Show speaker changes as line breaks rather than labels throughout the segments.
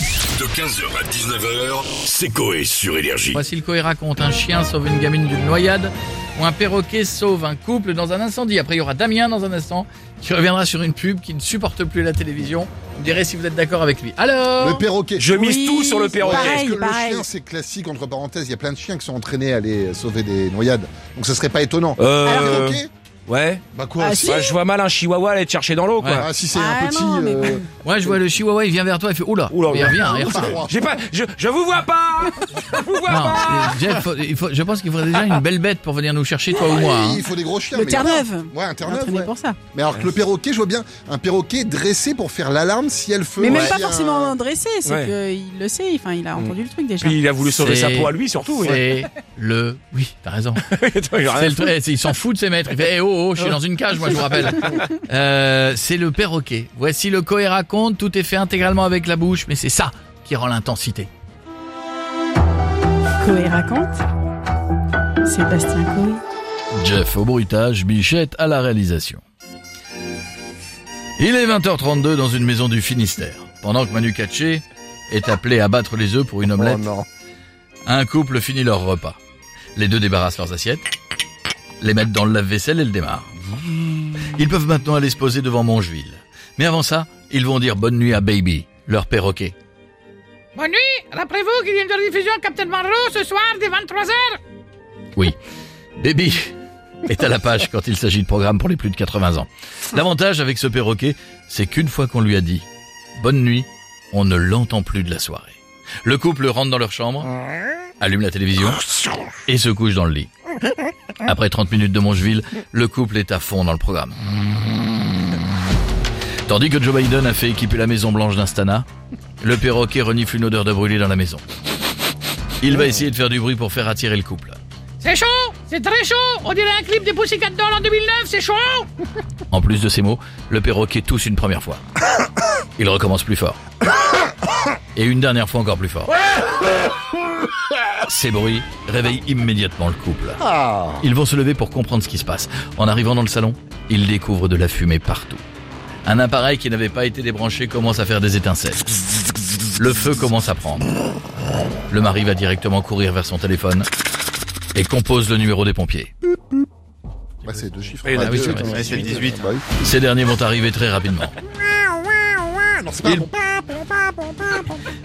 De 15h à 19h, c'est Coé sur Énergie.
Voici le Coé raconte un chien sauve une gamine d'une noyade ou un perroquet sauve un couple dans un incendie. Après, il y aura Damien dans un instant qui reviendra sur une pub qui ne supporte plus la télévision. Vous me direz si vous êtes d'accord avec lui.
Le
Alors
perroquet.
Je mise
Oui,
tout sur le perroquet.
Parce
pareil.
que
pareil.
le chien, c'est classique, entre parenthèses. Il y a plein de chiens qui sont entraînés à aller sauver des noyades. Donc ce serait pas étonnant. Le
Euh,
perroquet
ouais.
Bah quoi
Ah,
si-
Si.
Bah, je vois mal un chihuahua aller te chercher dans l'eau, quoi.
Ah, si c'est
Ah,
un petit.
non, mais
euh,
bon.
Ouais, je vois le chihuahua, il vient vers toi, il fait Oula,
Oula,
il
oula.
revient, il repart.
paroi.
J'ai pas, je, je vous vois pas. Je vous vois
Non,
pas.
euh, Jeff, faut- il faut- je pense qu'il faudrait déjà une belle bête pour venir nous chercher, toi ou moi. hein.
Il faut des gros chiens.
Le
mais il y en a.
Terre-Neuve.
Ouais, un
On est
terre-neuve.
entraîné
ouais.
pour ça.
Mais alors que le perroquet, je vois bien un perroquet dressé pour faire l'alarme si elle feu.
Mais même
Ouais.
pas
Il y a un- Mm.
forcément hein. dressé, c'est
Ouais.
qu'il le sait, enfin il a entendu le truc déjà.
Puis il a voulu sauver
C'est-
sa peau à lui, surtout. oui.
C'est le. Oui, t'as raison. C'est le truc, eh, c'est- il s'en fout de ses maîtres. Il fait, Eh oh, oh, je suis dans une cage, moi, je vous rappelle. Euh, c'est le perroquet. Voici le Coé raconte. Tout est fait intégralement avec la bouche, mais c'est ça qui rend l'intensité.
Coé raconte. Sébastien Coé.
Jeff au bruitage, Bichette à la réalisation. Il est 20h32 dans une maison du Finistère. Pendant que Manu Katché est appelé à battre les œufs pour une
Oh
omelette,
non.
un couple finit leur repas. Les deux débarrassent leurs assiettes, les mettent dans le lave-vaisselle et le démarrent. Ils peuvent maintenant aller se poser devant Mongeville. Mais avant ça, ils vont dire bonne nuit à Baby, leur perroquet.
Bonne nuit, rappelez-vous qu'il y a une rediffusion Captain Marlowe ce soir dès 23h.
Oui, Baby est à la page quand il s'agit de programmes pour les plus de 80 ans. L'avantage avec ce perroquet, c'est qu'une fois qu'on lui a dit bonne nuit, on ne l'entend plus de la soirée. Le couple rentre dans leur chambre, allume la télévision et se couche dans le lit. Après 30 minutes de Mongeville, le couple est à fond dans le programme. Tandis que Joe Biden a fait équiper la Maison Blanche d'un stana, le perroquet renifle une odeur de brûlé dans la maison. Il va essayer de faire du bruit pour faire attirer le couple.
C'est chaud, c'est très chaud. On dirait un clip des Pussycat Dolls en 2009, c'est chaud.
En plus de ces mots, le perroquet tousse une première fois. Il recommence plus fort. Et une dernière fois encore plus fort. Ces bruits réveillent immédiatement le couple. Ils vont se lever pour comprendre ce qui se passe. En arrivant dans le salon, ils découvrent de la fumée partout. Un appareil qui n'avait pas été débranché commence à faire des étincelles. Le feu commence à prendre. Le mari va directement courir vers son téléphone et compose le numéro des pompiers.
Bah, c'est deux chiffres.
Oui,
pas
ah
oui,
deux,
c'est
attends.
vrai, c'est le 18.
Bah oui.
Ces derniers vont arriver très rapidement.
Non, c'est pas
Il-
bon.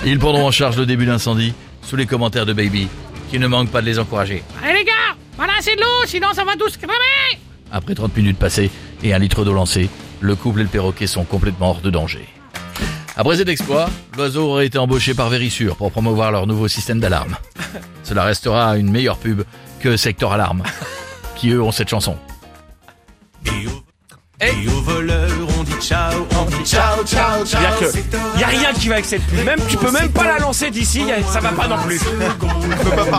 Ils prendront en charge le début d'incendie sous les commentaires de Baby, qui ne manque pas de les encourager.
Allez les gars, balancez de l'eau, sinon ça va tous cramer.
Après 30 minutes passées et un litre d'eau lancée, le couple et le perroquet sont complètement hors de danger. Après cet exploit, l'oiseau aurait été embauché par Verisure pour promouvoir leur nouveau système d'alarme. Cela restera une meilleure pub que Sector Alarme, qui eux ont cette chanson.
Et aux voleurs, on dit ciao, on dit ciao, ciao, ciao.
C'est-à-dire que y a rien qui va avec cette pub. Même tu peux même pas la lancer d'ici. y a- Ça va pas non plus.
Ouais, je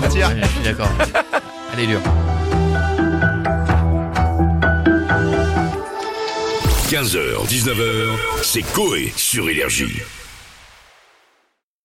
suis d'accord. Elle est dure.
15h, 19h, c'est Coé sur Énergie.